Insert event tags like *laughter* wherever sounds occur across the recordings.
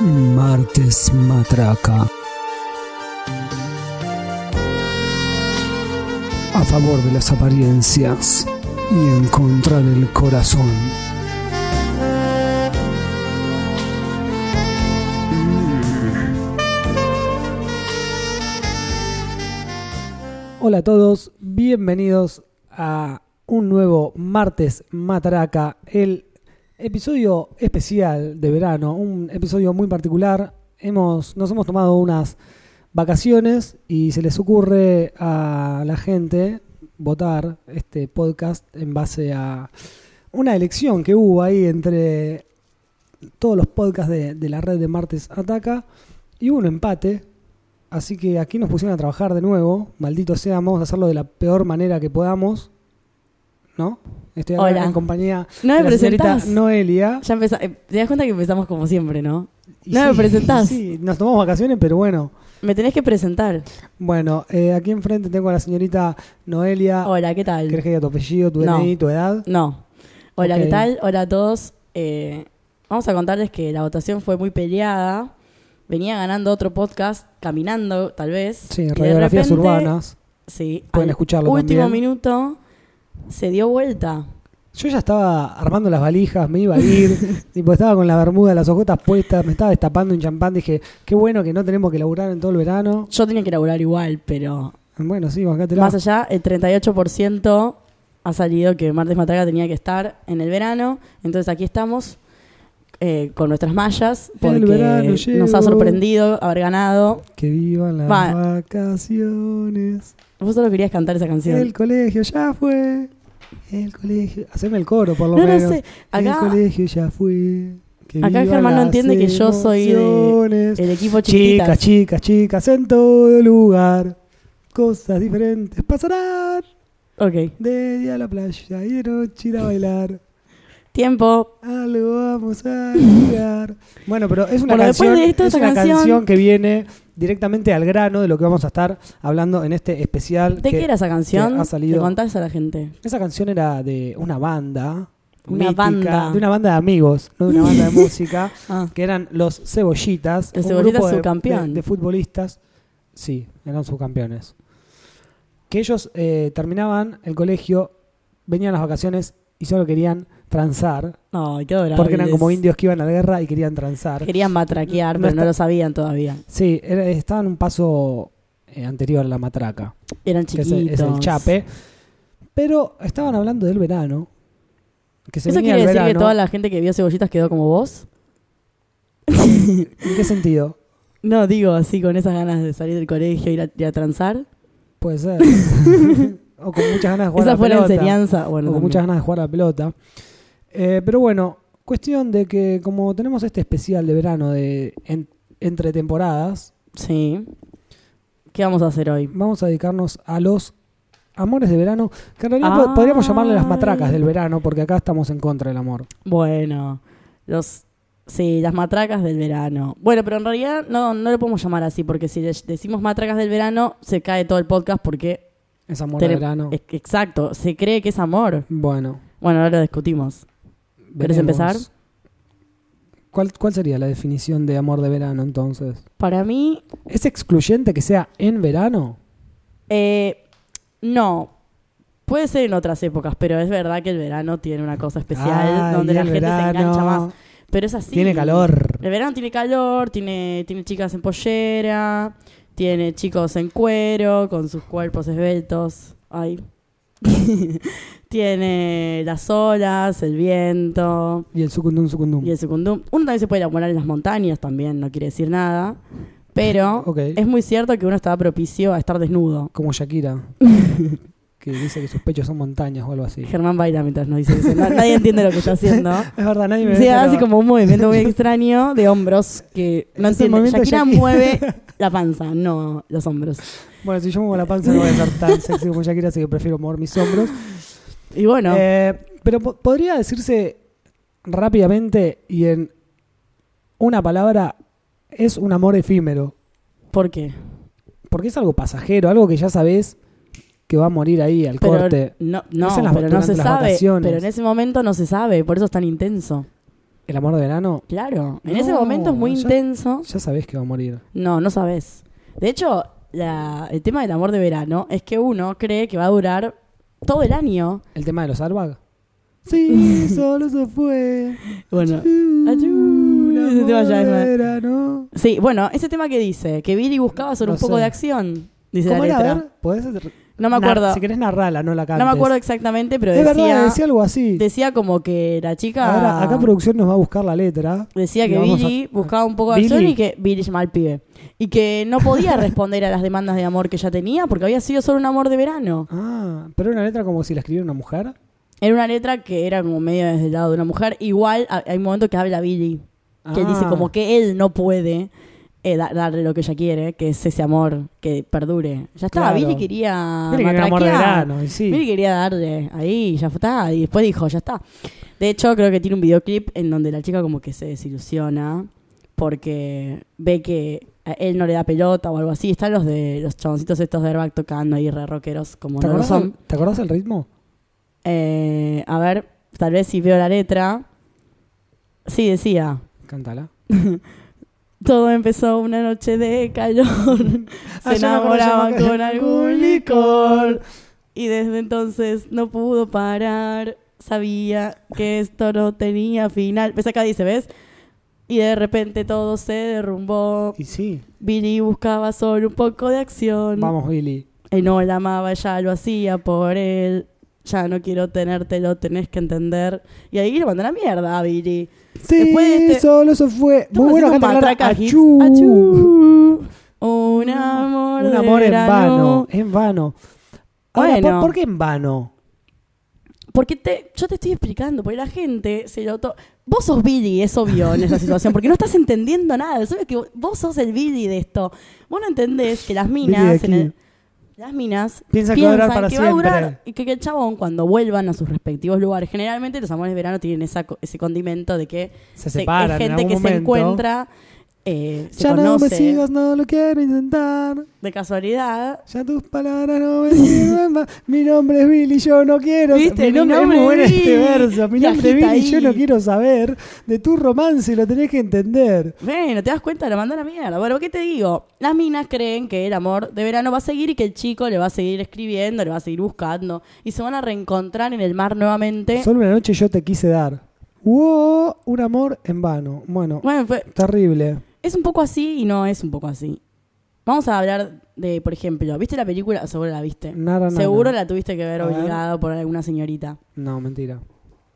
Martes Matraca. A favor de las apariencias y en contra del corazón. Hola a todos, bienvenidos a un nuevo Martes Matraca, el episodio especial de verano, un episodio muy particular. Hemos, nos hemos tomado unas vacaciones y se les ocurre a la gente votar este podcast en base a una elección que hubo ahí entre todos los podcasts de, de la red de Martes Ataca y hubo un empate. Así que aquí nos pusieron a trabajar de nuevo. Maldito sea, vamos a hacerlo de la peor manera que podamos. ¿No? Estoy acá Hola. en compañía No me la señorita presentás. Noelia. Ya empeza- eh, te das cuenta que empezamos como siempre, ¿no? Y No me presentás. Sí, nos tomamos vacaciones, pero bueno. Me tenés que presentar. Bueno, eh, aquí enfrente tengo a la señorita Noelia. Hola, ¿qué Ah, ¿Querés tal? que diga tu apellido, tu No. DNI, tu edad? No. Hola, Ok. ¿qué tal? Hola a todos. Eh, vamos a contarles que la votación fue muy peleada. Venía ganando otro podcast, caminando, tal vez. Y Sí, de radiografías repente- urbanas. Sí. Pueden al escucharlo Último también. minuto se dio vuelta. Yo ya estaba armando las valijas, me iba a *laughs* ir. tipo, estaba con la bermuda, las ojotas puestas, me estaba destapando un champán. Dije, qué bueno que no tenemos que laburar en todo el verano. Yo tenía que laburar igual, pero Bueno, sí, bancátela. Más allá, el 38% ha salido que Martes Matraca tenía que estar en el verano. Entonces aquí estamos eh, con nuestras mallas El verano porque nos llegó. ha sorprendido haber ganado. Que vivan las Va. vacaciones. Vos solo querías cantar esa canción. El colegio ya fue. El colegio. Haceme el coro, por lo no, no menos. sé. el Acá colegio ya fue. Que Acá vivan Germán no las entiende que yo soy de- emociones. el equipo chiquita. Chicas, chicas, chicas, en todo lugar. Cosas diferentes pasarán. ok. De día a la playa y de noche ir a bailar. Tiempo. Algo vamos a jugar. Bueno, pero es una Bueno, después canción, de esto, es esta una canción- canción que viene directamente al grano de lo que vamos a estar hablando en este especial. ¿De qué era esa canción? que ha salido. Te contás a la gente. Esa canción era de una banda. Una mítica, banda. De una banda de amigos, no de una *laughs* banda de música. Ah. que eran los Cebollitas. Los un Cebollitas grupo de- subcampeón. De, de futbolistas, sí, eran subcampeones. Que ellos eh, terminaban el colegio, venían las vacaciones y solo querían transar, Ay, qué adorables. porque eran como indios que iban a la guerra y querían transar. Querían matraquear, No pero está- no lo sabían todavía. Sí, era- estaban un paso eh, anterior a la matraca, Eran que chiquitos. es el, es el chape. Pero estaban hablando del verano. Que se ¿Eso venía quiere el decir que verano. toda la gente que vio cebollitas quedó como vos? ¿En qué sentido? No, digo así, con esas ganas de salir del colegio, ir a, ir a transar. Puede *laughs* ser. o con muchas ganas de jugar a Esa fue la pelota. enseñanza. Bueno, o con también. muchas ganas de jugar a la pelota. Eh, pero bueno, cuestión de que como tenemos este especial de verano de en- entre temporadas, Sí. ¿Qué vamos a hacer hoy? vamos a dedicarnos a los amores de verano, que en realidad po- Ay. podríamos llamarle las matracas del verano, porque acá estamos en contra del amor. Bueno, los... Sí, las matracas del verano. Bueno, pero en realidad no, no lo podemos llamar así, porque si le- decimos matracas del verano, se cae todo el podcast porque... Es amor de tele- verano. es- exacto, se cree que es amor. Bueno. Bueno, ahora lo discutimos. veremos. ¿Querés empezar? ¿Cuál, ¿Cuál sería la definición de amor de verano entonces? Para mí, ¿Es excluyente que sea en verano? Eh, no. Puede ser en otras épocas, pero es verdad que el verano tiene una cosa especial Ay, donde la el gente se engancha verano más. Pero es así. Tiene calor. El verano tiene calor, tiene, tiene chicas en pollera, tiene chicos en cuero, con sus cuerpos esbeltos. Ay. *laughs* tiene las olas, el viento Y el sucundum sucundum. y el secundum. Uno también se puede enamorar en las montañas también, no quiere decir nada. Pero *laughs* Ok. es muy cierto que uno está propicio a estar desnudo. Como *laughs* Shakira, que dice que sus pechos son montañas o algo así. Germán baila mientras nos dice eso. *laughs* Na- Nadie entiende lo que está haciendo. Es verdad, nadie me O ve, sea, hace pero como un movimiento muy extraño de hombros que no Es el entiende. movimiento de Shakira Shakira. mueve la panza, no los hombros. *laughs* Bueno, si yo muevo la panza no voy a ser tan sexy como Shakira, así que prefiero mover mis hombros. Y bueno, Eh, pero po- podría decirse rápidamente y en una palabra, es un amor efímero. ¿por qué? Porque es algo pasajero, algo que ya sabes que va a morir ahí al Pero corte. no, no, Es en las- pero no durante se las sabe. vacaciones. Pero en ese momento no se sabe, por eso es tan intenso. el amor de verano, Claro, en No, ese momento es muy ya- intenso. ya sabés que va a morir. No, no sabes. De hecho, la- el tema del amor de verano es que uno cree que va a durar todo el año. ¿El tema de los airbags? *laughs* Sí, solo se fue. Bueno, Achú, Achú, el ese amor tema ya es de más- verano. sí, bueno, ese tema que dice, que Billy buscaba sobre No un poco sé. de acción, dice la ¿Cómo era? A letra. ver, ¿podés hacer- No me nar- acuerdo. Si querés narrarla, no la cantes. No me acuerdo exactamente, pero Es verdad, decía, decía algo así. decía como que la chica Ahora, acá producción nos va a buscar la letra. decía y que vamos Billy a- buscaba un poco de Billy. acción y que Billy llamaba al pibe. Y que no podía responder a las demandas de amor que ya tenía porque había sido solo un amor de verano. Ah, pero era una letra como si la escribiera una mujer. Era una letra que era como medio desde el lado de una mujer. Igual a- hay un momento que habla Billy, que él dice Ah, como que él no puede eh, da- darle lo que ella quiere, que es ese amor que perdure. Ya estaba, Claro. Billy quería Ah, Mira que era un amor de matraquear. verano, y sí. Billy quería darle ahí, ya está. Y después dijo, ya está. De hecho, creo que tiene un videoclip en donde la chica como que se desilusiona porque ve que a él no le da pelota o algo así. Están los de los chaboncitos estos de Airbag tocando ahí re rockeros como ¿Te no lo acordás, son. ¿Te acordás el ritmo? Eh, a ver, tal vez si veo la letra. Sí, decía. Cántala. Todo empezó una noche de calor. Ah, Se ya me acuerdo, ya me enamoraban acuerdo. con algún licor. Y desde entonces no pudo parar. Sabía que esto no tenía final. ¿Ves acá dice, ves? Y de repente todo se derrumbó. Y sí, Billy buscaba solo un poco de acción. vamos Billy. Él no la amaba, ella lo hacía por él. Ya no quiero tenerte, lo tenés que entender. Y ahí lo mandó a la mierda a Billy. Sí, Después de este- solo se fue. Muy Estamos bueno, haciendo acá te matraca aclara- hits. Achú. Achú. Un amor, Un de amor en verano. vano, en vano. Ahora, Bueno. ¿por, por qué en vano? Porque te, yo te estoy explicando, porque la gente se lo... to- Vos sos Billy, es obvio *laughs* en esa situación, porque no estás entendiendo nada. Es obvio que vos sos el Billy de esto. Vos no entendés que las Billy minas... de en aquí. el- las minas Piensa que va a piensan durar para que va a siempre. durar y que, que el chabón cuando vuelvan a sus respectivos lugares, generalmente los amores de verano tienen esa co- ese condimento de que se se- separan en hay gente algún que se momento. encuentra, eh, se Ya no me conoce sigas, no lo quiero intentar. de casualidad. Ya tus palabras no me sirven más. Mi nombre es Billy, yo no quiero. ¿Viste? Mi Mi nombre, nombre es muy bueno es este Billy. verso. Mi La nombre es Billy, agita yo ahí. no quiero saber. De tu romance lo tenés que entender. Bueno, te das cuenta, lo mandó a la mierda. Bueno, ¿qué te digo? Las minas creen que el amor de verano va a seguir y que el chico le va a seguir escribiendo, le va a seguir buscando y se van a reencontrar en el mar nuevamente. Solo una noche yo te quise dar. Wow, un amor en vano. Bueno, Bueno, fue, terrible. Es un poco así y no es un poco así. Vamos a hablar de, por ejemplo, ¿viste la película? Seguro la viste. Nada, nada. Seguro la tuviste que ver A ver. obligado por alguna señorita. No, mentira.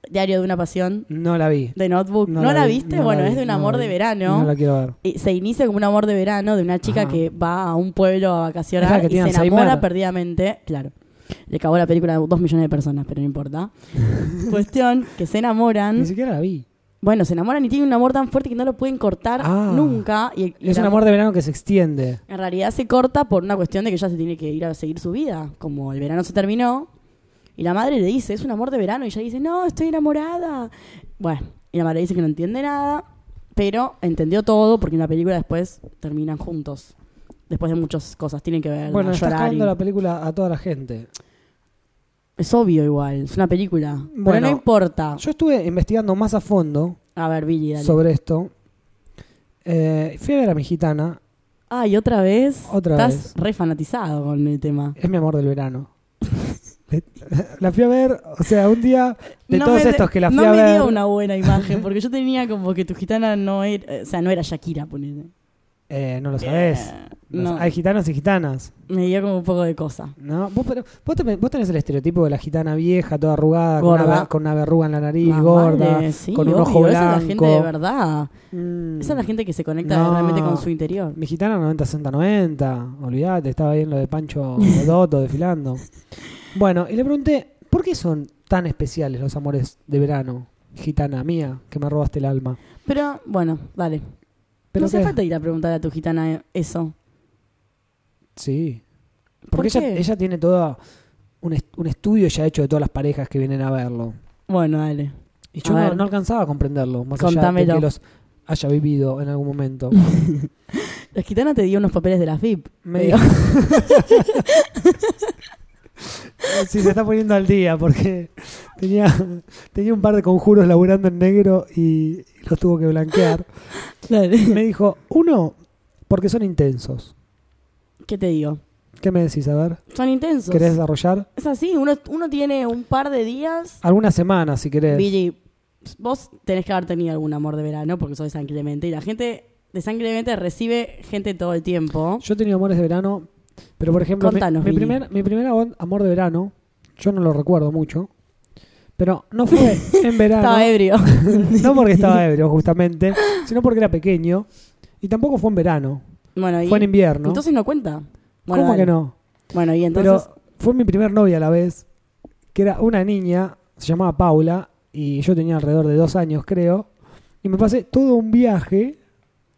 Diario de una pasión, No la vi. de Notebook. ¿No, la, viste? no la bueno, vi, es de un no la amor vi. de verano. No la quiero ver. Y eh, se inicia como un amor de verano de una chica Ajá. que va a un pueblo a Es la vacacionar que y se tiene enamora Alzheimer. perdidamente. Claro. Le cagó la película a dos millones de personas, pero *laughs* no importa. Cuestión que se enamoran. Ni siquiera la vi. Bueno, se enamoran y tienen un amor tan fuerte que no lo pueden cortar Ah. nunca. Y, y Es el un amor de verano que se extiende. En realidad se corta por una cuestión de que ya se tiene que ir a seguir su vida. Como el verano se terminó, y la madre le dice, es un amor de verano, y ella dice, no, estoy enamorada. Bueno, y la madre dice que no entiende nada, pero entendió todo porque en la película después terminan juntos. Después de muchas cosas, tienen que ver, Bueno, a estás llorar. y- cagando la película a toda la gente. Es obvio igual, es una película. pero Bueno. no importa. Yo estuve investigando más a fondo A ver, Billy, Ah. dale. sobre esto. Eh, fui a ver a mi gitana. Ay, otra vez. Otra Estás vez. re fanatizado con el tema. Es mi amor del verano. *laughs* la fui a ver, o sea, un día de No todos me de- estos que la fui no a me ver. dio una buena imagen, porque yo tenía como que tu gitana no era, eh, o sea, no era Shakira, ponele. Eh, no lo sabés. Eh, No no, sa- Hay gitanos y gitanas. me dio como un poco de cosa. ¿no? Vos, pero- vos te- vos tenés el estereotipo de la gitana vieja, toda arrugada, con una, Gorda. ver- con una verruga en la nariz, Más gorda, vale, sí, con un obvio, ojo Esa es la gente de blanco. verdad. Mm. Esa es la gente que se conecta No. realmente con su interior. Mi gitana 90-60-90. Olvídate, estaba ahí en lo de Pancho *laughs* Doto desfilando. Bueno, y le pregunté, ¿por qué son tan especiales los amores de verano? Gitana mía, que me robaste el alma. Pero bueno, dale. ¿Pero no hace qué? falta ir a preguntar a tu gitana eh, eso. Sí. ¿Por Porque ella, qué? ella tiene todo un, est- un estudio ya hecho de todas las parejas que vienen a verlo. Bueno, dale. Y A yo no, ver. no alcanzaba a comprenderlo, más allá Contámelo. de que los haya vivido en algún *laughs* momento. La gitana te dio unos papeles de la FIP. Me Te *laughs* dijo- si se está poniendo al día, porque Tenía, tenía un par de conjuros laburando en negro y los tuvo que blanquear. Me dijo, uno, porque son intensos. ¿Qué te digo? ¿Qué me decís? A ver, Son intensos. ¿querés desarrollar? Es así, uno, uno tiene un par de días. Algunas semanas, si querés. Billy, vos tenés que haber tenido algún amor de verano porque sos de San Clemente y la gente de San Clemente recibe gente todo el tiempo. Yo he tenido amores de verano, pero por ejemplo, mi- Contanos, mi, Billy. primer, mi primer amor amor de verano, yo no lo recuerdo mucho, pero no fue *laughs* en verano. Estaba ebrio. no *laughs* porque estaba ebrio, justamente, sino porque era pequeño. Y tampoco fue en verano, Bueno, y fue en invierno. entonces no cuenta. Bueno, ¿Cómo dale. que no? Bueno, y entonces Pero fue mi primer novia a la vez, que era una niña, se llamaba Paula, y yo tenía alrededor de dos años, creo. Y me pasé todo un viaje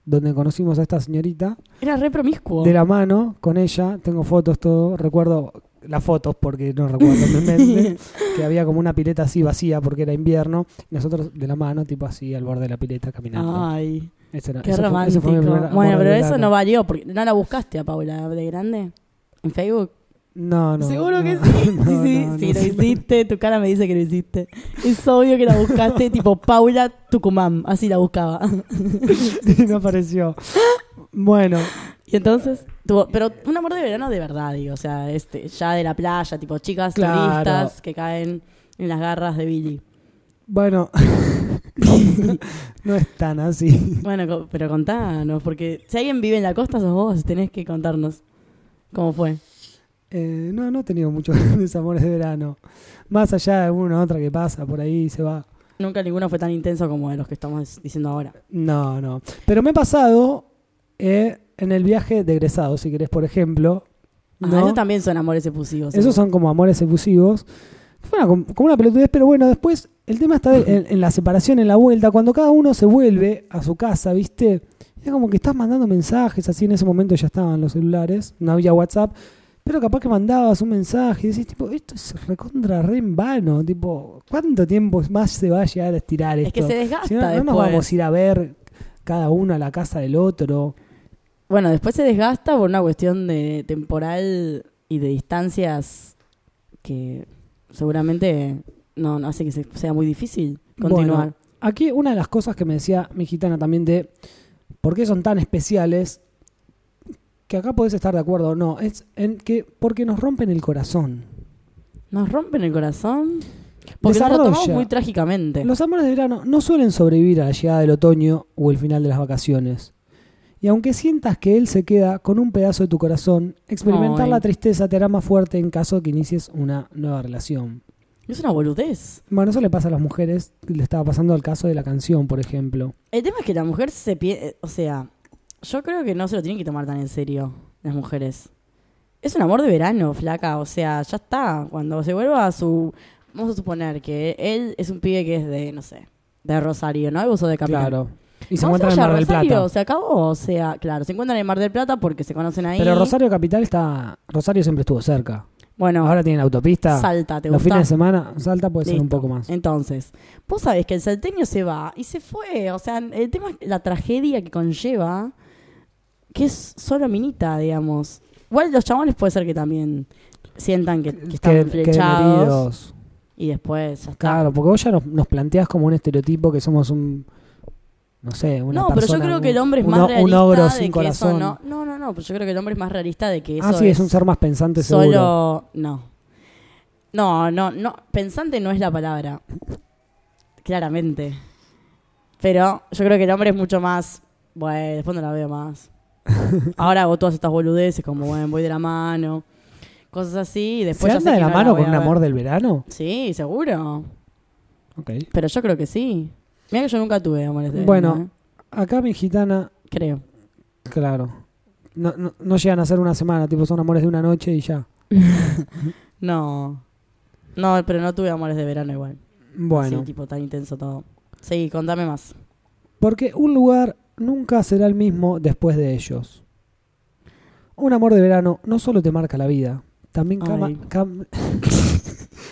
donde conocimos a esta señorita era re promiscuo. de la mano con ella. Tengo fotos, todo. Recuerdo las fotos porque no recuerdo en mi *laughs* mente. Que había como una pileta así vacía porque era invierno. Y nosotros de la mano, tipo así, al borde de la pileta caminando. Ay, Ese era- qué ese fue- ese romántico. fue mi primer amor bueno, de pero eso verano. no valió porque no la buscaste a Paula de grande en Facebook. No, no. Seguro no. que sí. No, sí, sí, no, sí, no. lo hiciste. Tu cara me dice que lo hiciste. Es obvio que la buscaste tipo Paula Tucumán. Así la buscaba. *laughs* no apareció. Bueno, Y entonces, tuvo- pero un amor de verano de verdad, digo. O sea, este, ya de la playa, tipo chicas Claro. turistas que caen en las garras de Billy. bueno. *laughs* no es tan así. Bueno, co- pero contanos, porque si alguien vive en la costa sos vos, tenés que contarnos cómo fue. Eh, no, no he tenido muchos *laughs* grandes amores de verano. Más allá de alguna otra que pasa por ahí y se va. Nunca ninguno fue tan intenso como de los que estamos diciendo ahora. No, no. Pero me he pasado eh, en el viaje de egresado, si querés, por ejemplo. Ah, ¿no? esos también son amores ¿eh? efusivos. Esos son como amores efusivos. Fue una- como una pelotudez, pero bueno, después el tema está en, en la separación, en la vuelta. Cuando cada uno se vuelve a su casa, ¿viste? Es como que estás mandando mensajes, así en ese momento ya estaban los celulares, no había WhatsApp. Pero capaz que mandabas un mensaje y decís, tipo, esto es recontra re en vano. Tipo, ¿cuánto tiempo más se va a llegar a estirar Es esto? que se desgasta Si no, no nos después. vamos a ir a ver cada uno a la casa del otro. Bueno, después se desgasta por una cuestión de temporal y de distancias que seguramente no, no hace que se- sea muy difícil continuar. Aquí una de las cosas que me decía mi gitana también de por qué son tan especiales, que acá podés estar de acuerdo o no, es en que porque nos rompen el corazón. Nos rompen el corazón porque nos lo Desarrolla. tomamos muy trágicamente. Los amores de verano no suelen sobrevivir a la llegada del otoño o el final de las vacaciones. Y aunque sientas que él se queda con un pedazo de tu corazón, experimentar Ay. la tristeza te hará más fuerte en caso de que inicies una nueva relación. Es una boludez. Bueno, eso le pasa a las mujeres, le estaba pasando al caso de la canción, por ejemplo. El tema es que la mujer se pierde, o sea, yo creo que no se lo tienen que tomar tan en serio las mujeres. Es un amor de verano, flaca, o sea, ya está. Cuando se vuelva a su... Vamos a suponer que él es un pibe que es de, no sé, de Rosario, ¿no? Vos sos de Capital. Claro. Y se No, encuentran en vaya a Mar del Rosario, Plata. Se acabó, o sea, claro, se encuentran en Mar del Plata porque se conocen ahí. Pero Rosario Capital está. Rosario siempre estuvo cerca. bueno, Ahora tienen autopista. Salta, ¿te Los gusta? fines de semana, Salta puede ser un Listo. Eh, poco más. Entonces, vos sabés que el salteño se va y se fue, o sea, el tema es la tragedia que conlleva, que es solo minita, digamos. Igual los chabones puede ser que también sientan que, que Que- están que flechados Ah. heridos. y después ya está. Claro, porque vos ya nos, nos planteás como un estereotipo que somos un. No sé, una no, pero yo persona, creo un- que el hombre es un más o- realista Un ogro de sin que corazón. eso no. No, no, no, pero yo creo que el hombre es más realista de que eso ah, sí, es un ser más pensante seguro. Solo. No. No, no, no. Pensante no es la palabra. Claramente. Pero yo creo que el hombre es mucho más. Bueno, después no la *laughs* veo más. Ahora hago todas estas boludeces, como bueno, voy de la mano. Cosas así. Y después ¿Se ya sé anda de que la no mano con voy a un ver. amor del verano? Sí, seguro. Ok. Pero yo creo que sí. Mira que yo nunca tuve amores de Bueno. verano, Acá mi gitana, ¿eh? Creo. claro. No, no, no llegan a ser una semana, tipo son amores de una noche y ya. No. No, pero no tuve amores de verano igual. Bueno. Así, tipo, tan intenso todo. Sí, contame más. Porque un lugar nunca será el mismo después de ellos. Un amor de verano no solo te marca la vida, también, cama- Ay. cam-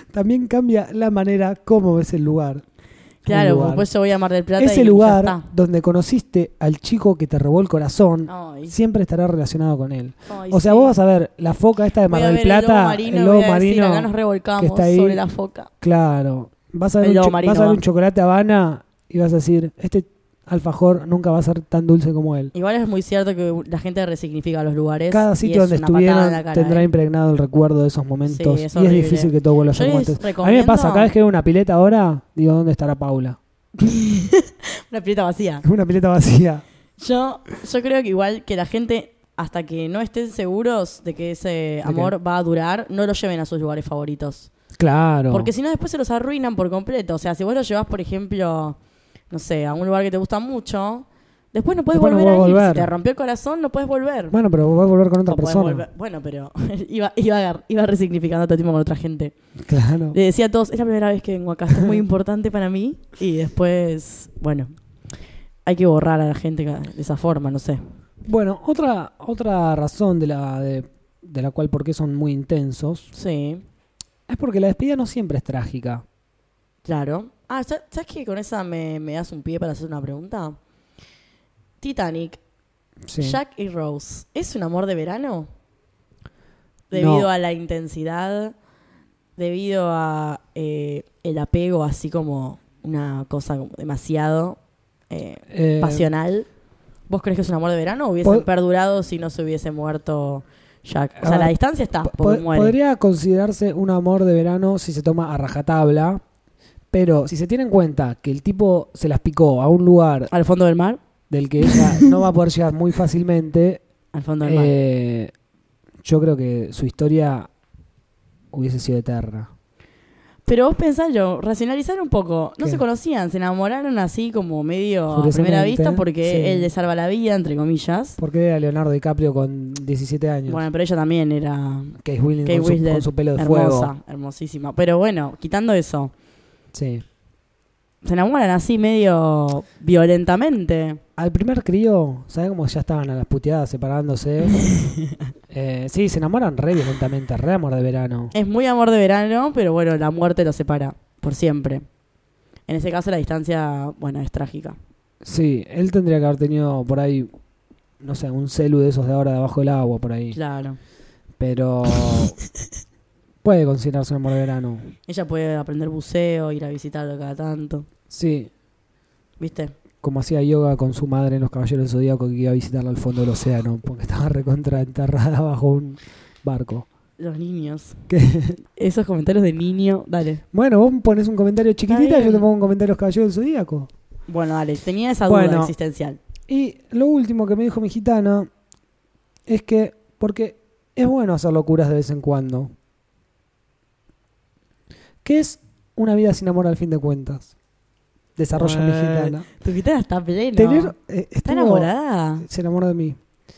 *laughs* también cambia la manera como ves el lugar. Un Claro, lugar. pues yo voy a Mar del Plata y Ese ya lugar está. donde conociste al chico que te robó el corazón Ay, siempre estará relacionado con él. ay, O sea, sí. vos vas a ver la foca esta de Mar Voy a del ver el lobo Plata, marino, el y lobo voy a decir, marino. acá nos revolcamos que está ahí. sobre la foca. Claro. Vas a ver, El un, lobo cho- marino vas a ver va. un chocolate Habana y vas a decir, este alfajor nunca va a ser tan dulce como él. Igual es muy cierto que la gente resignifica los lugares. Cada y sitio es donde una patada estuvieron en la cara, tendrá ¿eh? impregnado el recuerdo de esos momentos. es y es horrible. difícil que todo vuelva a Yo ser como les antes. A mí me recomiendo- pasa, cada vez que veo una pileta ahora, digo, ¿dónde estará Paula? *laughs* *laughs* Una pileta vacía. Es una pileta vacía. Yo, yo creo que igual que la gente, hasta que no estén seguros de que ese amor va a durar, no lo lleven a sus lugares favoritos. Claro. Porque si no, después se los arruinan por completo. O sea, si vos lo llevas, por ejemplo, no sé, a un lugar que te gusta mucho, después no puedes Después no volver a podés ir. volver. Si te rompió el corazón, no puedes volver. Bueno, pero vas a volver con otra O podés persona. volver- Bueno, pero *laughs* iba, iba, agar- iba resignificando todo el tiempo con otra gente. *laughs* Claro. Le decía a todos, es la primera vez que vengo acá, esto *laughs* es muy importante para mí. Y después, bueno, hay que borrar a la gente de esa forma, no sé. Bueno, otra, otra razón de la, de, de la cual por qué son muy intensos Sí, es porque la despedida no siempre es trágica. claro. Ah, ¿sa- ¿sabes que con esa me, me das un pie para hacer una pregunta? Titanic, Sí. Jack y Rose, ¿es un amor de verano? Debido No. a la intensidad, debido a eh, el apego, así como una cosa como demasiado... eh, Eh, pasional. ¿Vos crees que es un amor de verano? ¿O hubiesen pod- perdurado si no se hubiese muerto Jack? O sea, Ah, la distancia está, po- porque pod- muere. podría considerarse un amor de verano si se toma a rajatabla, pero si se tiene en cuenta que el tipo se las picó a un lugar Al fondo del mar. del que *laughs* ella no va a poder llegar muy fácilmente, Al fondo del mar. eh, yo creo que su historia hubiese sido eterna. Pero vos pensalo, racionalizar un poco. No ¿Qué? se conocían, se enamoraron así como medio a primera Furiosamente, vista porque sí. él le salva la vida, entre comillas. Porque era Leonardo DiCaprio con 17 años. Bueno, pero ella también era Kate Winslet, Kate con, su- Winslet, con su pelo de fuego. hermosa, hermosísima. Pero bueno, quitando eso, Sí. se enamoran así medio violentamente. Al primer crío, ¿sabes cómo ya estaban a las puteadas separándose? *laughs* Eh, sí, se enamoran re violentamente, re amor de verano. Es muy amor de verano, pero bueno, la muerte los separa por siempre. En ese caso la distancia, bueno, es trágica. Sí, él tendría que haber tenido por ahí, no sé, un celu de esos de ahora debajo del agua por ahí. Claro. *laughs* Pero puede considerarse un amor de verano. Ella puede aprender buceo, ir a visitarlo cada tanto, Sí, ¿viste? como hacía yoga con su madre en Los Caballeros del Zodíaco que iba a visitarla al fondo del océano porque estaba recontra enterrada *laughs* bajo un barco. Los niños. ¿Qué? Esos comentarios de niño, dale. Bueno, vos pones un comentario chiquitita, bien. yo te pongo un comentario de Los Caballeros del Zodíaco. Bueno, dale, tenía esa duda Bueno. existencial. Y lo último que me dijo mi gitana es que, porque es bueno hacer locuras de vez en cuando. ¿Qué es una vida sin amor al fin de cuentas? Desarrolla mi Eh, gitana. Tu guitarra está plena. Tener, eh, Está estuvo- enamorada. Oh. Se enamoró de mí.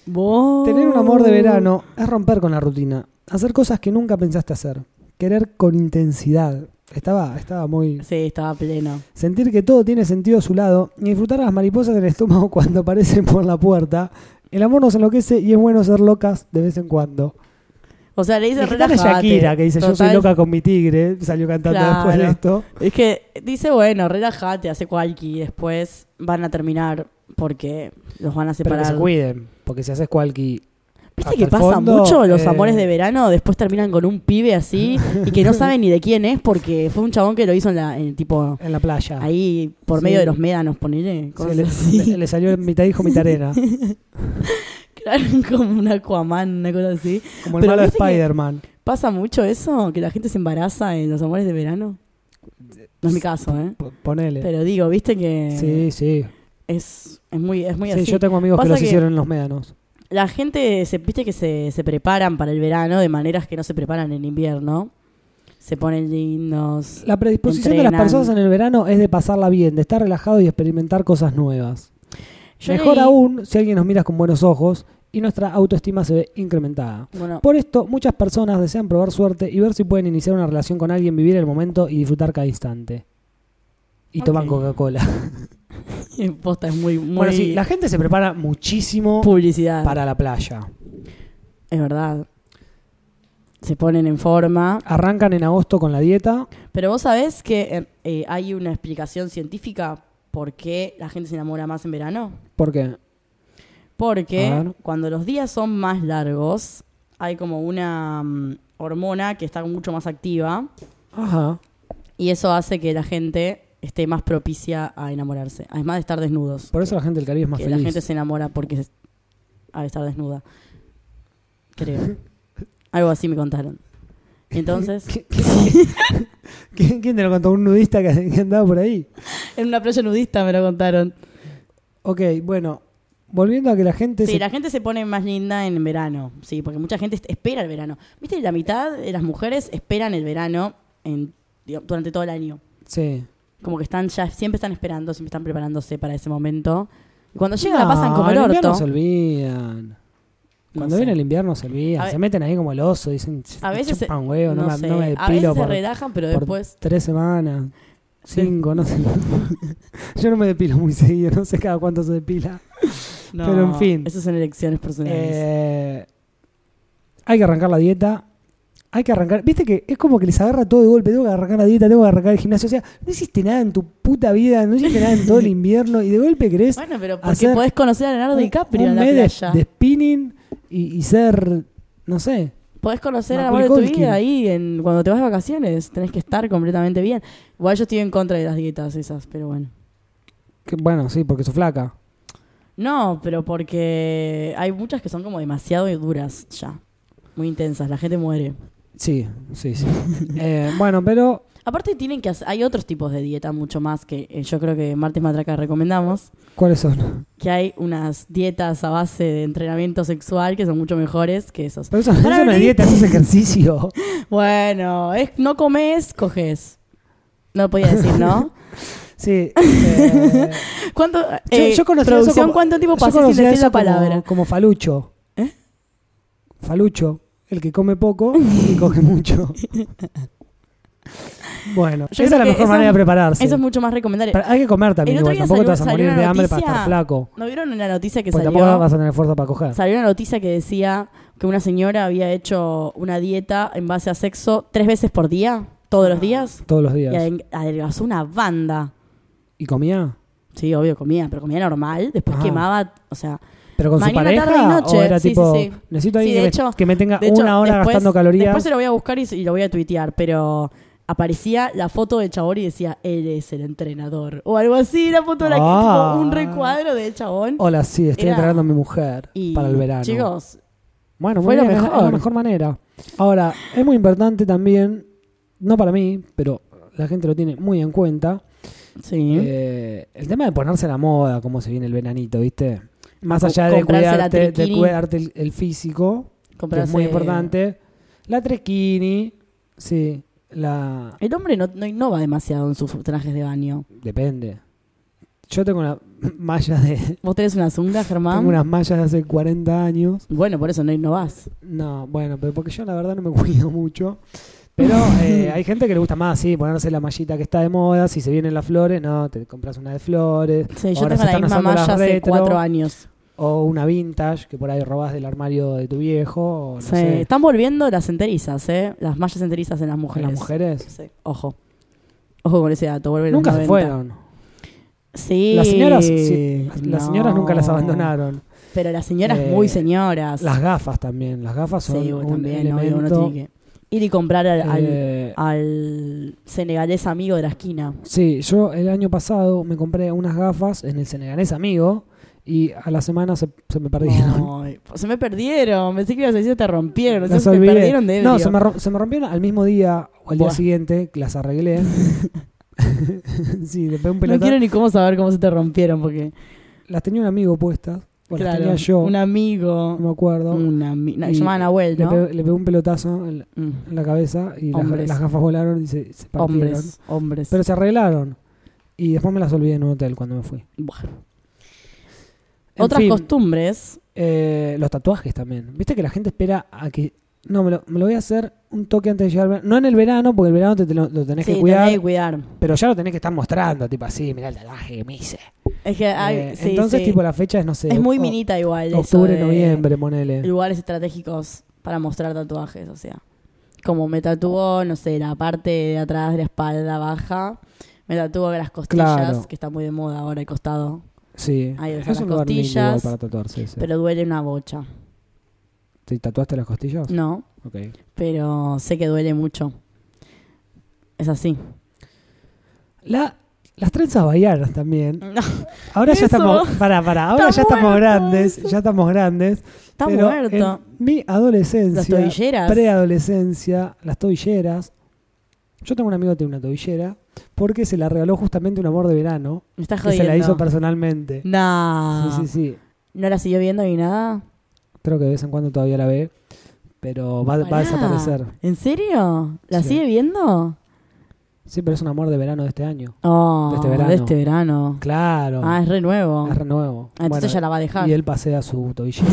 Vos. Tener un amor de verano es romper con la rutina, hacer cosas que nunca pensaste hacer, querer con intensidad. Estaba, estaba muy. Sí, estaba pleno. Sentir que todo tiene sentido a su lado y disfrutar a las mariposas en el estómago *laughs* cuando aparecen por la puerta. El amor nos enloquece y es bueno ser locas de vez en cuando. O sea, le dice Mi gitana es relájate. Shakira que dice yo soy Total, loca con mi tigre, salió cantando Claro. después de esto. Es que dice, bueno, relájate, hace cualqui, y después van a terminar porque los van a Pero que separar. se cuiden, porque si haces cualqui... hasta ¿Viste que el pasa fondo, mucho los eh, amores de verano? Después terminan con un pibe así *laughs* y que no saben ni de quién es porque fue un chabón que lo hizo en la, en, tipo, En la playa. ahí por Sí. medio de los médanos, ponele. Sí, cosas *laughs* le, así. *laughs* le- le salió mitad hijo, mitad arena. Claro, como un Aquaman, una cosa así. Como el Pero malo de viste que- Spider-Man. ¿Pasa mucho eso? ¿Que la gente se embaraza en los amores de verano? No es mi caso, ¿eh? P- Ponele. Pero digo, viste que Sí, sí. es, es muy, es muy Sí, así. yo tengo amigos que Pasa los que- hicieron en los médanos. La gente, se, viste que se, se preparan para el verano de maneras que no se preparan en invierno. Se ponen lindos. La predisposición de las Entrenan. personas en el verano es de pasarla bien, de estar relajado y experimentar cosas nuevas. Yo Mejor leí- aún si alguien nos mira con buenos ojos y nuestra autoestima se ve incrementada. Bueno, Por esto, muchas personas desean probar suerte y ver si pueden iniciar una relación con alguien, vivir el momento y disfrutar cada instante. Y toman Ok. Coca-Cola. posta es muy, muy Bueno, sí, la gente se prepara muchísimo publicidad. para la playa. Es verdad. Se ponen en forma. Arrancan en agosto con la dieta, Pero vos sabés que eh, eh, hay una explicación científica por qué la gente se enamora más en verano. porque A Porque ver. cuando los días son más largos, hay como una mm, hormona que está mucho más activa. Ajá. Y eso hace que la gente esté más propicia a enamorarse, además de estar desnudos. Por eso la gente del Caribe es más que feliz. la gente se enamora porque es- al estar desnuda. Creo. *laughs* Algo así me contaron. Entonces, ¿Quién, quién te lo contó? ¿Un nudista que, que andaba por ahí? en una playa nudista me lo contaron. Ok, bueno. Volviendo a que la gente... Sí, se- la gente se pone más linda en verano, sí, porque mucha gente est- espera el verano. Viste, la mitad de las mujeres esperan el verano en, digo, durante todo el año. Sí. Como que están ya, siempre están esperando, siempre están preparándose para ese momento. Y cuando llega la pasan No, como el invierno orto. se olvidan. No Cuando sé. viene el invierno se olvidan. A ve- se meten ahí como el oso. Dicen, A veces se- chupan huevo, no, no me, sé, no me a veces depilo se por, relajan, pero por después tres semanas. Cinco, no sé. *laughs* Yo no me depilo muy seguido. No sé cada cuánto se depila. No, Pero, en fin. Eso son elecciones personales. Eh, hay que arrancar la dieta. Hay que arrancar. Viste que es como que les agarra todo de golpe. Tengo que arrancar la dieta, tengo que arrancar el gimnasio. O sea, no hiciste nada en tu puta vida, no hiciste nada en todo el *laughs* invierno y de golpe querés *laughs* bueno, pero porque hacer podés conocer a Leonardo un- DiCaprio un en la mes de- playa. de, spinning y, y ser, no sé. Podés conocer al amor Macaulay de tu Culkin. vida ahí en, cuando te vas de vacaciones. Tenés que estar completamente bien. Igual yo estoy en contra de las dietas esas, pero bueno. Que, bueno, sí, porque sos flaca. No, pero porque hay muchas que son como demasiado duras ya. Muy intensas, la gente muere. Sí, sí, *laughs* sí. Eh, bueno, pero Aparte tienen que hacer, hay otros tipos de dieta mucho más que eh, yo creo que Martes Matraca recomendamos, ¿cuáles son? que hay unas dietas a base de entrenamiento sexual que son mucho mejores que esos. Pero eso, eso no es venir. dieta, eso es *laughs* ejercicio. Bueno, es, no comes, coges. No lo podía decir, *laughs* ¿no? Sí. eh, ¿Cuánto, Yo- eh, yo conocía eso producción, como- ¿Cuánto tiempo Yo pasé sin conocía decir eso la palabra? Como, como falucho. ¿Eh? Falucho. El que come poco y *laughs* coge mucho. bueno, Yo esa creo es la que mejor eso- manera de prepararse. Eso es mucho más recomendable. Pero hay que comer también, El otro igual. día Tampoco te vas salió- a salió morir una de hambre para noticia- estar flaco. ¿No vieron en la noticia que Porque salió? Pues tampoco vas a tener fuerza para coger. Salió una noticia que decía que una señora había hecho una dieta en base a sexo tres veces por día, todos los días, Todos los y días. aden- adelgazó una banda. ¿Y comía? Sí, obvio, comía, pero comía normal, después Ajá. quemaba, o sea, ¿Pero con Mañana, su pareja? tarde y noche. ¿O era Sí, tipo, sí, sí. necesito Sí, alguien de que, me- hecho- que me *laughs* tenga de hecho, una hora después- gastando calorías? Después se lo voy a buscar y, y lo voy a tuitear, pero aparecía la foto del chabón y decía, él es el entrenador. O algo así, la foto de la que- Ah. tipo, un recuadro del chabón. Hola, sí, estoy Era- entrenando a mi mujer y, para el verano. Chicos, Bueno, Fue muy lo bien, es la- es la mejor. mejor manera. Ahora, es muy importante también, no para mí, pero la gente lo tiene muy en cuenta, sí. eh, el tema de ponerse a la moda, como se viene el veranito, ¿viste? Más Co- allá de comprarse la cuidarte, de triquini. cuidarte el, el físico, que es muy importante. La trequini, sí, la... El hombre no, no innova demasiado en sus trajes de baño. depende. Yo tengo una *laughs* malla de... Vos tenés una zunga, Germán. Tengo unas mallas de hace 40 años. Bueno, por eso no innovás. No, bueno, pero porque yo la verdad no me *laughs* cuido mucho. Pero *laughs* eh, hay gente que le gusta más, sí, ponerse la mallita que está de moda. Si se vienen las flores, no, te compras una de flores. Sí, yo Ahora tengo se la están misma usando las malla hace retro, cuatro años. O una vintage que por ahí robás del armario de tu viejo. O no Sí, sé. Están volviendo las enterizas, ¿eh? Las mallas enterizas en las ¿Con mujeres. las mujeres? Sí. Ojo. Ojo con ese dato. vuelve Nunca los se 90. fueron. Sí. Las señoras, sí, las- las No. señoras nunca las abandonaron. Pero las señoras Eh, muy señoras. Las gafas también. Las gafas son Sí, vos un también, obvio, uno elemento, tiene que ir y comprar al, al- eh, al senegalés amigo de la esquina. Sí, yo el año pasado me compré unas gafas en el senegalés amigo y a la semana se, se me perdieron. Ay, se me perdieron. Pensé que ibas a decir que te rompieron. Las Se me olvidé. perdieron de No, ebrio. se me, rom- se me rompieron al mismo día o al día Buah. siguiente, que las *laughs* arreglé. sí, le pegué un No pelotón. quiero ni cómo saber cómo se te rompieron porque Las tenía un amigo puestas. O las claro, tenía yo, un no amigo, me acuerdo. un ami- na- Y se llamaban Nahuel, Le ¿no? pegué, le pegué un pelotazo en la, Mm. en la cabeza y las, Hombres. las gafas volaron y se, se partieron. Hombres, hombres. Pero se arreglaron. Y después me las olvidé en un hotel cuando me fui. Bueno. En Otras fin, costumbres. eh, los tatuajes también. Viste que la gente espera a que... No, me lo, me lo voy a hacer un toque antes de llegar. al verano. No en el verano, porque el verano te, te lo, lo tenés sí, que cuidar. tenés que cuidar. Pero ya lo tenés que estar mostrando, tipo así, mirá el tatuaje que me hice. Es que hay- Eh, sí, entonces, sí. tipo, la fecha es, no sé. es muy o- minita igual. eso oh, Octubre, de noviembre, ponele. Lugares estratégicos para mostrar tatuajes, o sea. Como me tatuó, no sé, la parte de atrás de la espalda baja. Me tatuó las costillas, Claro. que está muy de moda ahora el costado. Sí. Ahí están es las un lugar lindo costillas, igual para tatuarse. sí. Pero duele una bocha. ¿Te tatuaste las costillas? No, Ok. pero sé que duele mucho. Es así. La- las trenzas baianas también. No, Ahora ya Eso. estamos. Para, para. Ahora Está ya estamos muerto grandes. eso. Ya estamos grandes. está pero muerto. En mi Las adolescencia. tobilleras. Preadolescencia. Las tobilleras. Yo tengo un amigo que tiene una tobillera. Porque se la regaló justamente un amor de verano. Me está Que jodiendo. Ah. se la hizo personalmente. No. Sí, sí, sí. No la siguió viendo ni nada. Creo que de vez en cuando todavía la ve. Pero va, va a Pará. desaparecer. ¿En serio? ¿La Sí. sigue viendo? Sí, pero es un amor de verano de este año. Oh, De este verano. de este verano. Claro. Ah, es re nuevo. es re nuevo. Ah, entonces Bueno, ya la va a dejar. Y él pasea su *laughs* tobillera.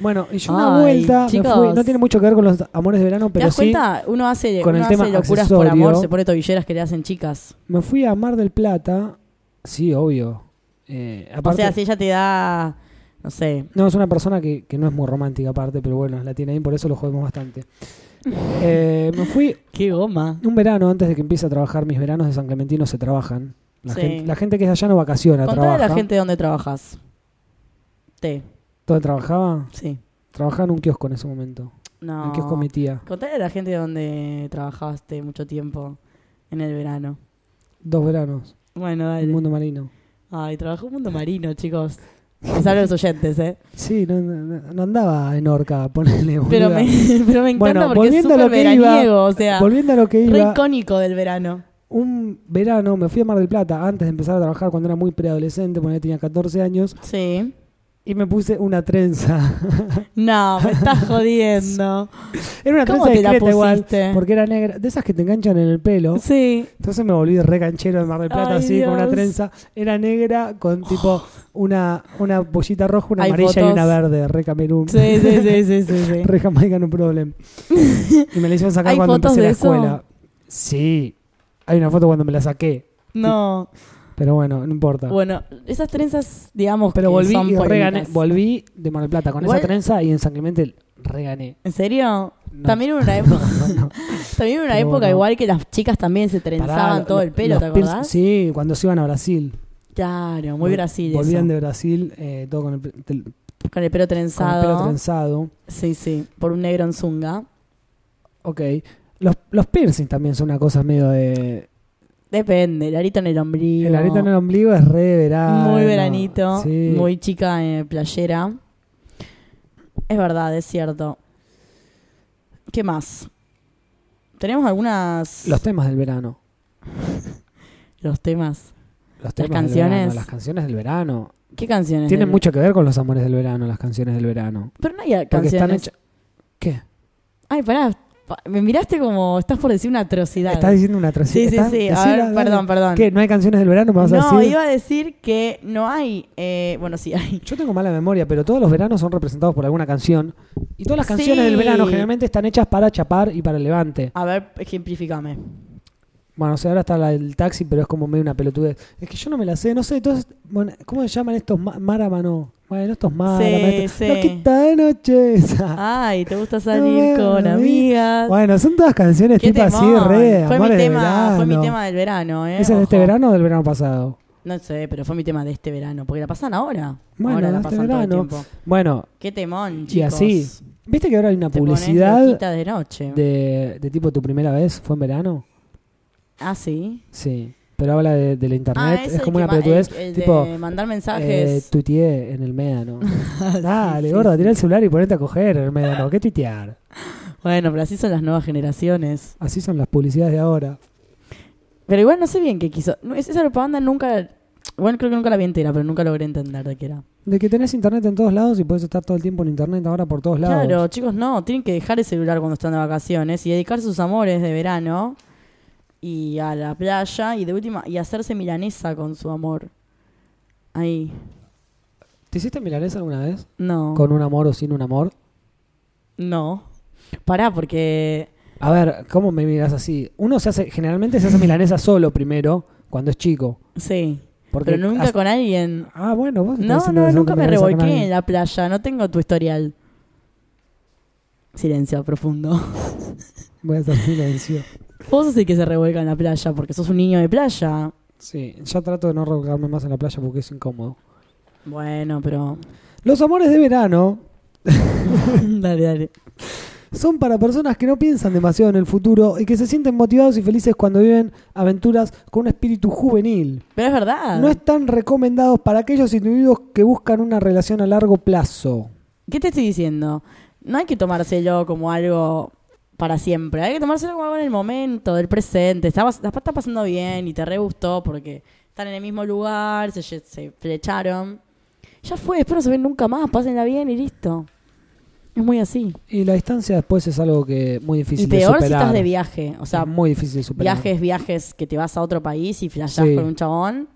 bueno, y yo una Ay, vuelta me chicos. fui- No tiene mucho que ver con los amores de verano, ¿Te pero das sí. cuenta? Uno hace, con el uno hace tema locuras por accesorio. amor, se pone tobilleras que le hacen chicas. Me fui a Mar del Plata. Sí, obvio. Eh, aparte, o sea, si ella te da, no sé, No, es una persona que, que no es muy romántica, aparte, pero bueno, la tiene ahí, por eso lo jodemos *laughs* bastante. Eh, me fui qué goma. un verano antes de que empiece a trabajar. Mis veranos de San Clementino se trabajan. La, Sí. gente, la gente que es de allá no vacaciona, Contale a trabaja. la gente dónde trabajas. Te, ¿Dónde trabajaba? sí. Trabajaba en un kiosco en ese momento. En No. el kiosco de mi tía. Contale a la gente dónde trabajaste mucho tiempo en el verano. Dos veranos. Bueno, En el dale. mundo marino. Ay, trabajó un *laughs* mundo marino, chicos. Les hablo a los oyentes, ¿eh? Sí, no, no- no andaba en orca, ponele. boluda. Pero me, *laughs* pero me encanta Bueno, porque es volviendo a lo súper que iba, veraniego, o sea, Volviendo a lo que re iba, icónico del verano. un verano me fui a Mar del Plata antes de empezar a trabajar cuando era muy preadolescente, cuando tenía 14 años, Sí. y me puse una trenza. *laughs* No, me estás jodiendo. era una trenza ¿Cómo te la discreta igual, pusiste? porque era negra, de esas que te enganchan en el pelo. Sí. Entonces me volví re canchero de Mar del Plata, Ay, así, con una Dios. Oh. trenza. Era negra con tipo una, una bollita roja, una Hay amarilla y fotos. una verde, re Camerún. Sí, sí, sí, sí, sí. sí. Re Jamaica no *laughs* problem. Y me la hicieron sacar ¿Hay cuando fotos empecé la de eso? escuela. Sí. Hay una foto cuando me la saqué. No. Pero bueno, no importa. Bueno, esas trenzas, digamos, Pero que volví son y regané. polémicas. Volví de Mar del Plata con Igual- esa trenza y en San Clemente regané. ¿En serio? No. También en *laughs* una No, época, no, *laughs* no. también en una Pero época no. igual que las chicas también se trenzaban Pará, todo lo- el pelo, los ¿te piercing- acordás? Sí, cuando se iban a Brasil. Claro, muy Vol- Brasil Volvían eso. de Brasil, eh, todo con el, pe- tel- con el Con el pelo trenzado. pelo trenzado. Sí, sí, por un negro en zunga. Ok. Los, los piercings también son una cosa medio de... Depende, el arito en el ombligo. El arito en el ombligo es re verano. Muy veranito, Sí. muy chica eh, playera. Es verdad, es cierto. ¿Qué más? Tenemos algunas... Los temas del verano. los temas. Los temas del canciones. verano, las canciones del verano. ¿Qué canciones? Tienen del- mucho que ver con los amores del verano, las canciones del verano. Pero no hay canciones. Porque están hechas. ¿Qué? Ay, pará. pa- Me miraste como estás por decir una atrocidad. Estás diciendo una sí, atrocidad. sí, ¿Estás- sí. A decila, ver, dale. perdón, perdón. ¿Qué? ¿No hay canciones del verano? ¿Me vas a no, decir? iba a decir que no hay. eh, bueno, sí hay. Yo tengo mala memoria, pero todos los veranos son representados por alguna canción. Y todas las canciones Sí. del verano generalmente están hechas para chapar y para el levante. A ver, ejemplificame. Bueno, o sea, ahora está la del taxi, pero es como medio una pelotudez. Es que yo no me la sé, no sé. Entonces, bueno, ¿cómo se llaman estos ma- maramano? Bueno, estos este, maramano. Sí, estos- sí. Loquita de noche. esa. Ay, ¿te gusta salir Ah. No, con bueno, amigas? Bueno, son todas canciones Ah. *laughs* Qué tipo así, temón. re, fue, mi amores de tema, fue mi verano. tema del verano, ¿eh? ¿Ese es de este Ojo. verano o del verano pasado? No sé, pero fue mi tema de este verano. Porque la pasan ahora. Bueno, ahora la este pasan todo el verano. tiempo. Bueno, Qué temón, chicos. Y así, ¿viste que ahora hay una Te pones publicidad loquita de noche. de, de tipo tu primera vez fue en verano? Ah, sí. Sí, pero habla de, de la internet, ah, es eso como de una que ma- pelotudez, el- el tipo, de mandar eh, mensajes. tuiteé en el médano. Dale, *laughs* sí, gorda, sí. tirá el celular y ponete a coger en el médano, ¿qué tuitear? Bueno, pero así son las nuevas generaciones. Así son las publicidades de ahora. Pero igual no sé bien qué quiso. No, es- Esa propaganda nunca. Bueno, creo que nunca la vi entera, pero nunca logré entender de qué era. De que tenés internet en todos lados y podés estar todo el tiempo en internet ahora por todos lados. Claro, chicos, no. Tienen que dejar el celular cuando están de vacaciones y dedicarse a sus amores de verano y a la playa y de última. y hacerse milanesa con su amor. Ahí. ¿Te hiciste milanesa alguna vez? No. ¿Con un amor o sin un amor? No. Pará, porque. A ver, ¿cómo me miras así? Uno se hace, generalmente se hace milanesa solo primero, cuando es chico. Sí. Porque Pero nunca has- con alguien. Ah, bueno, vos estás No, diciendo no, que nunca haciendo me milanesa con revolqué en alguien. la playa, no tengo tu historial. Silencio profundo. *laughs* Voy a hacer silencio. Vos sos el que se revuelca en la playa porque sos un niño de playa. Sí, ya trato de no revolcarme más en la playa porque es incómodo. Bueno, pero. *laughs* Los amores de verano dale, dale. son para personas que no piensan demasiado en el futuro y que se sienten motivados y felices cuando viven aventuras con un espíritu juvenil. Pero es verdad. No están recomendados para aquellos individuos que buscan una relación a largo plazo. ¿Qué te estoy diciendo? No hay que tomárselo como algo para siempre. Hay que tomárselo como algo en el momento, del presente. Estabas- La estás pasando bien y te re gustó porque están en el mismo lugar, se, lle- se flecharon. Ya fue, después no se ven nunca más, pásenla bien y listo. Es muy así. Y la distancia después es algo que muy difícil y peor de si superar. estás de viaje. O sea, muy difícil de superar. viajes, viajes que te vas a otro país y flashás Sí. con un chabón.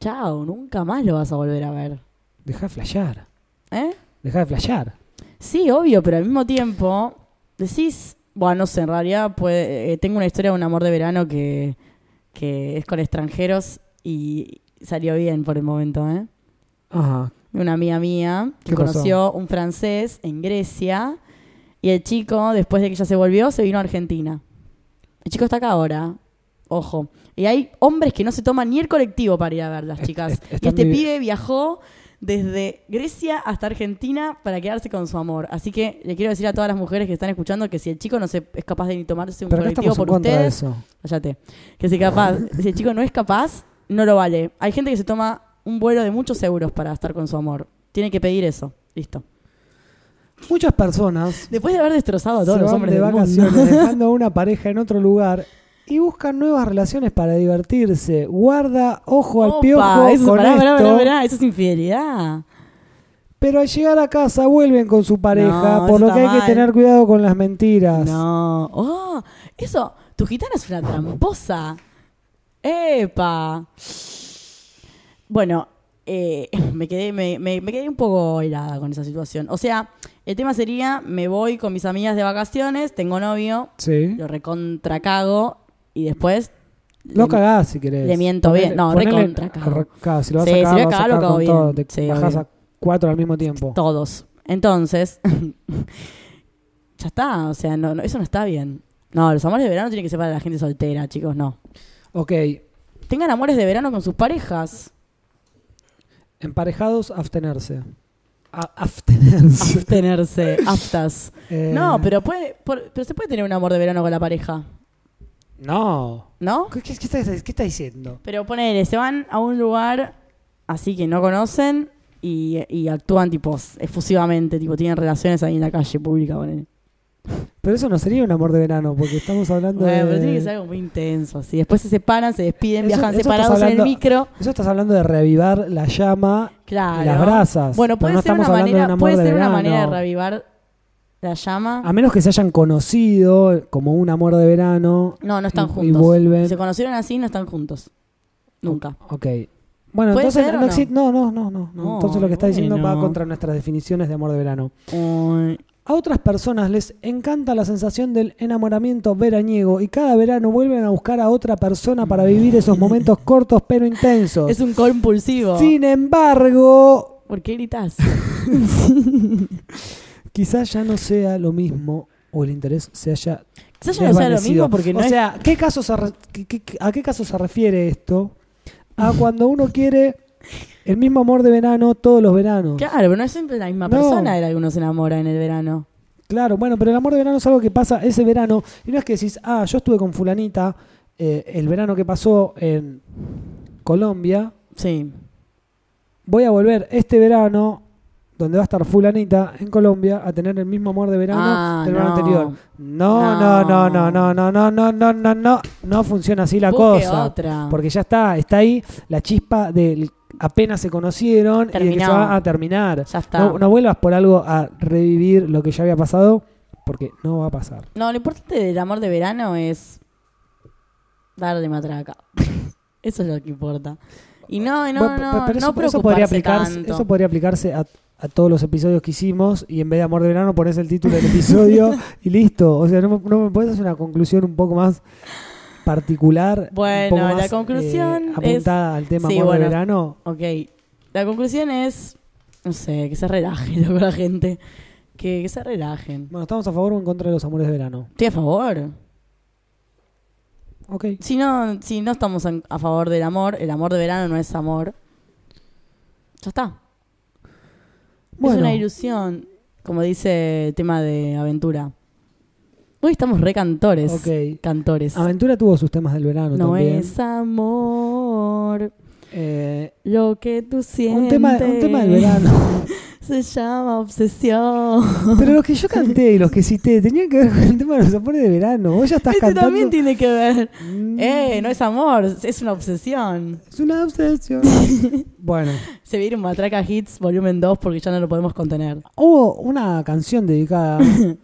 Chao, nunca más lo vas a volver a ver. Deja de flashear. ¿Eh? Deja de flashear. Sí, obvio, pero al mismo tiempo decís, bueno, no sé, en realidad puede- eh, tengo una historia de un amor de verano que, que es con extranjeros y salió bien por el momento, ¿eh? Ajá. Una amiga mía que ¿Qué pasó? conoció un francés en Grecia y el chico, después de que ella se volvió, se vino a Argentina. El chico está acá ahora, ojo. Y hay hombres que no se toman ni el colectivo para ir a ver las Est- chicas. est- y están este vivi- pibe viajó desde Grecia hasta Argentina para quedarse con su amor. Así que le quiero decir a todas las mujeres que están escuchando que si el chico no se, es capaz de ni tomarse un Pero acá colectivo estamos en por contra de ustedes, eso. Cállate. Que si capaz, si el chico no es capaz, no lo vale. Hay gente que se toma un vuelo de muchos euros para estar con su amor. Tiene que pedir eso. Listo. Muchas personas Después de haber destrozado a todos se los van hombres de del vacaciones *laughs* mundo. dejando a una pareja en otro lugar y buscan nuevas relaciones para divertirse. Guarda ojo al Opa, piojo eso, con pará, esto. pará, pará, pará, eso es infidelidad. Pero al llegar a casa vuelven con su pareja, No, por eso lo que hay está que mal. tener cuidado con las mentiras. No. Oh, eso, tu gitana es una tramposa. Epa. Bueno, eh, me, quedé, me, me- me quedé un poco helada con esa situación. O sea, el tema sería, me voy con mis amigas de vacaciones, tengo novio, Sí. lo recontra cago y después... Lo le- cagás si querés. le miento bien. No, recontra cago. re- cago, Si lo vas Sí, a si cagar, voy a lo vas a cagar, lo cagar cago con bien. todo. Te Sí, bajás obvio. a cuatro al mismo tiempo. Todos. Entonces, *laughs* ya está. O sea, no, no, eso no está bien. No, los amores de verano tienen que ser para la gente soltera, chicos, no. Ok. Tengan amores de verano con sus *laughs* parejas. Emparejados, abstenerse. A- abstenerse. Abstenerse, aptas. *laughs* Eh, No, pero, puede, por- pero se puede tener un amor de verano con la pareja, No. ¿no? ¿Qué, qué, qué estás, qué estás diciendo? Pero ponele, se van a un lugar así que no conocen y, y actúan tipo efusivamente, tipo tienen relaciones ahí en la calle pública, ponele. Pero eso no sería un amor de verano, porque estamos hablando de... Bueno, pero tiene que ser algo muy intenso, así. Después se separan, se despiden, Eh. Eso- viajan eso estás separados en el hablando- micro. Eso estás hablando de reavivar la llama Claro. y las brasas. Bueno, Pero puede no ser, una estamos hablando de un manera, amor puede de ser una verano. Ah, manera de revivar la llama. A menos que se hayan conocido como un amor de verano. No, no están y- y juntos. vuelven. Se conocieron así, no están juntos. Nunca. Ok. Bueno, ¿Puede entonces ser o no, no? exi- no, no, no, no, no. No, Entonces lo que está diciendo va bueno. contra nuestras definiciones de amor de verano. Uy. A otras personas les encanta la sensación del enamoramiento veraniego y cada verano vuelven a buscar a otra persona para vivir esos *laughs* momentos cortos pero intensos. Es un compulsivo. Sin embargo, ¿Por qué *laughs* gritas? quizás ya no sea lo mismo o el interés se haya Quizás ya no sea lo desvanecido. mismo porque no o es- sea, ¿qué caso se re- qué- qué- qué- ¿a qué caso se refiere esto? *laughs* A cuando uno quiere el mismo amor de verano todos los veranos. Claro, pero no es siempre la misma No. persona de la que uno se enamora en el verano. Claro, bueno, pero el amor de verano es algo que pasa ese verano y no es que decís, ah, yo estuve con fulanita eh, el verano que pasó en Colombia, Sí. voy a volver este verano donde va a estar fulanita en Colombia a tener el mismo amor de verano Ah, del verano no. anterior. No, no, no, no, no, no, no, no, no, no, no, no funciona así la Busque cosa. otra. Porque ya está, está ahí la chispa del apenas se conocieron y de que se Terminó. va a terminar. Ya está. No, no vuelvas por algo a revivir lo que ya había pasado, porque no va a pasar. No, lo importante del amor de verano es darle matraca. *laughs* eso es lo que importa. Y no, y no, Bueno, no, pero no preocuparse podría aplicarse, tanto. eso podría aplicarse a, a todos los episodios que hicimos y en vez de amor de verano pones el título del *laughs* episodio y listo. O sea, no, me- no me puedes hacer una conclusión un poco más particular, Bueno, un poco la más, conclusión eh, es- apuntada al tema sí, amor bueno. de verano. Ok, la conclusión es, no sé, que se relaje *laughs* loco, la gente. Que, que se relajen. Bueno, estamos a favor o en contra de los amores de verano. Estoy a favor. Ok. Si no, si no estamos en- a favor del amor, el amor de verano no es amor. Ya está. Bueno. Es una ilusión, como dice el tema de aventura. Hoy estamos re cantores. Ok. Cantores. Aventura tuvo sus temas del verano no también. es amor Eh, lo que tú sientes. un, tema, un tema del verano. *laughs* Se llama *laughs* obsesión. Pero los que yo canté y los que cité tenían que ver con el tema de los amores de verano. Vos ya estás Este cantando. también tiene que ver. Mm, Eh, no es amor, es una obsesión. Es una *laughs* obsesión. bueno, Se viene un Matraca Hits volumen 2 porque ya no lo podemos contener. hubo una canción *laughs* dedicada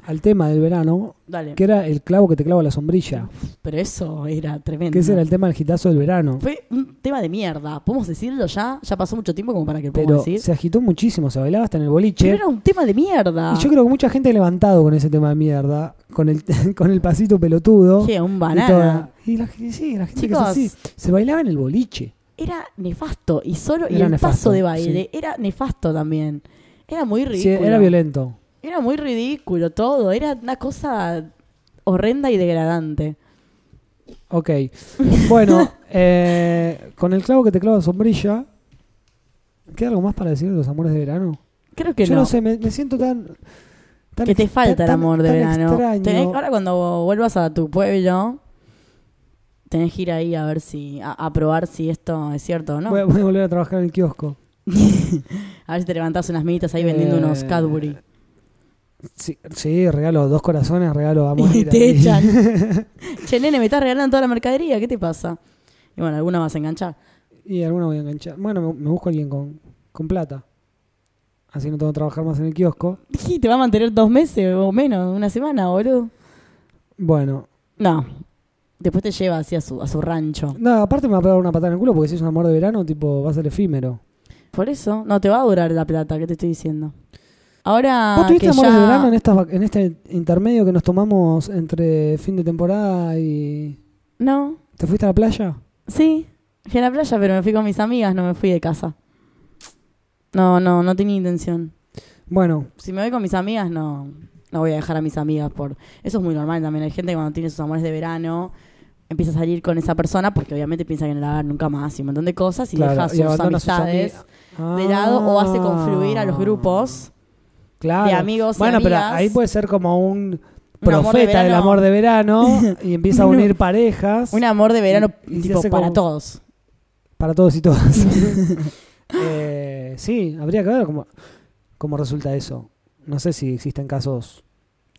al tema del verano Dale. que era El clavo que te clava la sombrilla. Pero eso era tremendo. Que ese era el tema del gitazo del verano. Fue un tema de mierda. ¿Podemos decirlo ya? Ya pasó mucho tiempo como para que lo Pero podamos decir. se agitó muchísimo, se bailaba hasta en el boliche. Pero ah. era un tema de mierda. Y yo creo que mucha gente ha levantado con ese tema de mierda, con el, *laughs* con el pasito pelotudo. Che, un y, banana. toda. y la, gente- sí, la gente Chicos. que es así. Se bailaba en el boliche. Era nefasto. Y solo y Era el nefasto, paso de baile era nefasto también. Era muy Sí, ridículo. era violento. Era muy ridículo todo. Era una cosa horrenda y degradante. *laughs* Ok. Bueno, eh, con el clavo que te clava sombrilla. ¿Queda algo más para decir de los amores de verano? Creo que Yo no. no, sé, me, me siento tan. tan que te ex- falta el tan- amor de tan verano. extraño. Tenés- ahora cuando vuelvas a tu pueblo, tenés que ir ahí a ver si, a, a probar si esto es cierto o no. Voy, a, voy a volver a trabajar en el kiosco. A ver si te levantás unas minitas ahí Eh, vendiendo unos *laughs* Cadbury. Sí, sí, regalo dos corazones, *laughs* regalo a Y morir. te ahí. echan. *laughs* che, nene, me estás regalando toda la mercadería, ¿qué te pasa? Y bueno, alguna vas a enganchar. Y alguna voy a enganchar. Bueno, me, me busco a alguien con, con plata. Así no tengo que trabajar más en el kiosco. Y te va a mantener dos meses o menos, una semana, boludo. Bueno, No. Después te lleva así a su, a su rancho. no, aparte me va a pegar una patada en el culo porque si es un amor de verano, tipo, va a ser efímero. Por eso, no te va a durar la plata, ¿qué te estoy diciendo? Ahora ¿Vos tuviste Ah, que amores ya... de verano en, estas vac- en este intermedio que nos tomamos entre fin de temporada y. No, ¿Te fuiste a la playa? Sí, fui a la playa, pero me fui con mis amigas, no me fui de casa. No, no, no tenía intención. Bueno, Si me voy con mis amigas, no, no voy a dejar a mis amigas por... Eso es muy normal también. Hay gente que cuando tiene sus amores de verano empieza a salir con esa persona porque obviamente piensa que no la va a ver nunca más y un montón de cosas y claro, deja y sus abandona sus amistades ami- de lado o hace confluir a los Ah, grupos claro. de amigos y Bueno, pero amigas. ahí puede ser como un Un amor de profeta del verano. amor de verano y *laughs* empieza a No. unir parejas. Un amor de verano Y- y se tipo hace para como- todos. Para todos y *laughs* todas. Eh, sí, habría que ver cómo, cómo resulta eso. No sé si existen casos.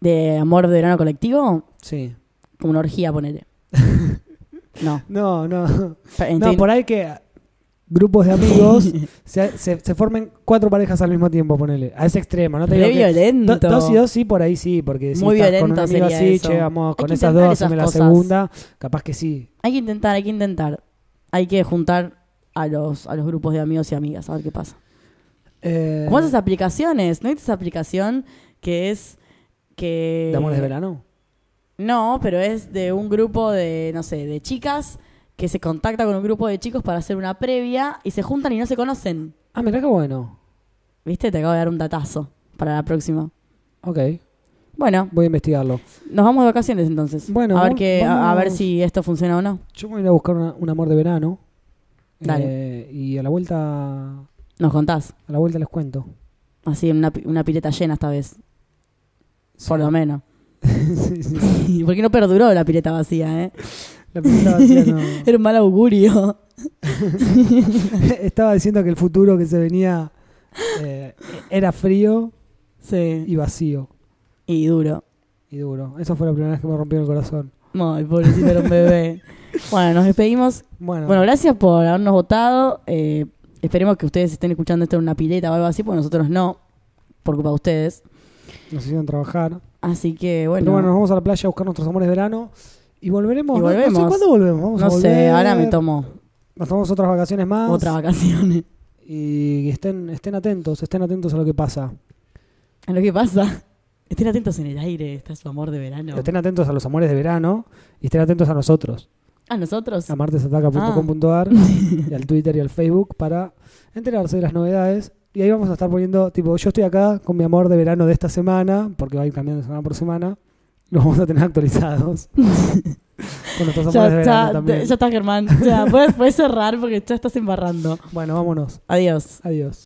De amor de verano colectivo, Sí. como una orgía, *laughs* ponele. no. No, no. No, Enti- por ahí que grupos de amigos se, se- se formen cuatro parejas al mismo tiempo, ponele. A ese extremo, ¿no? Te digo Re que- violento. do- dos y dos sí, por ahí sí, porque si Muy estás con un violento amigo sería así, eso. che, vamos, Hay con que esas intentar dos, esas haceme la cosas. segunda. Capaz que sí. Hay que intentar, hay que intentar. Hay que juntar a los, a los grupos de amigos y amigas, a ver qué pasa. Eh, Como esas aplicaciones, ¿no hay esa aplicación que es que... ¿De amores de verano? No, pero es de un grupo de, no sé, de chicas que se contacta con un grupo de chicos para hacer una previa y se juntan y no se conocen. Ah, mirá qué bueno. ¿Viste? Te acabo de dar un datazo para la próxima. Ok, Bueno, voy a investigarlo. nos vamos de vacaciones entonces. Bueno, a ver vam- que, a, a ver vamos. si esto funciona o no. Yo voy a ir a buscar una- un amor de verano. Dale. Eh, y a la vuelta Nos contás. a la vuelta les *laughs* cuento. Así en una, pi- una pileta llena esta vez, por lo menos. *laughs* Sí, sí, sí. Porque no perduró la pileta vacía, ¿eh? La pregunta vacía *laughs* no. Era un mal augurio. *laughs* Estaba diciendo que el futuro que se venía eh, era frío Sí. y vacío Y duro. y duro. Esa fue la primera vez que me rompió el corazón. Ay, pobrecito era *laughs* un bebé. bueno, nos despedimos. Bueno, Bueno, gracias por habernos votado. Eh, esperemos que ustedes estén escuchando esto en una pileta o algo así, porque nosotros no, por culpa de ustedes. nos hicieron trabajar. Así que, bueno, Pero bueno, nos vamos a la playa a buscar nuestros amores de verano y volveremos. Y No- No, sé volvemos. cuándo volvemos. Vamos a no sé, volver. ahora me tomo Nos tomamos otras vacaciones más. otras vacaciones. *laughs* Y estén, estén atentos, estén atentos a lo que pasa. A lo que pasa. Estén atentos en el aire, está su amor de verano. Estén atentos a los amores de verano y estén atentos a nosotros. A Ah, nosotros. a martesataca.com.ar Ah. *laughs* y al Twitter y al Facebook para enterarse de las novedades. Y ahí vamos a estar poniendo, tipo, yo estoy acá con mi amor de verano de esta semana, porque va a ir cambiando semana por semana. Los vamos a tener *laughs* actualizados. con nuestros amores de Ya, verano ya, también. *laughs* ya está, Germán. Ya, puedes, puedes cerrar porque ya estás embarrando. Bueno, vámonos. Adiós. Adiós.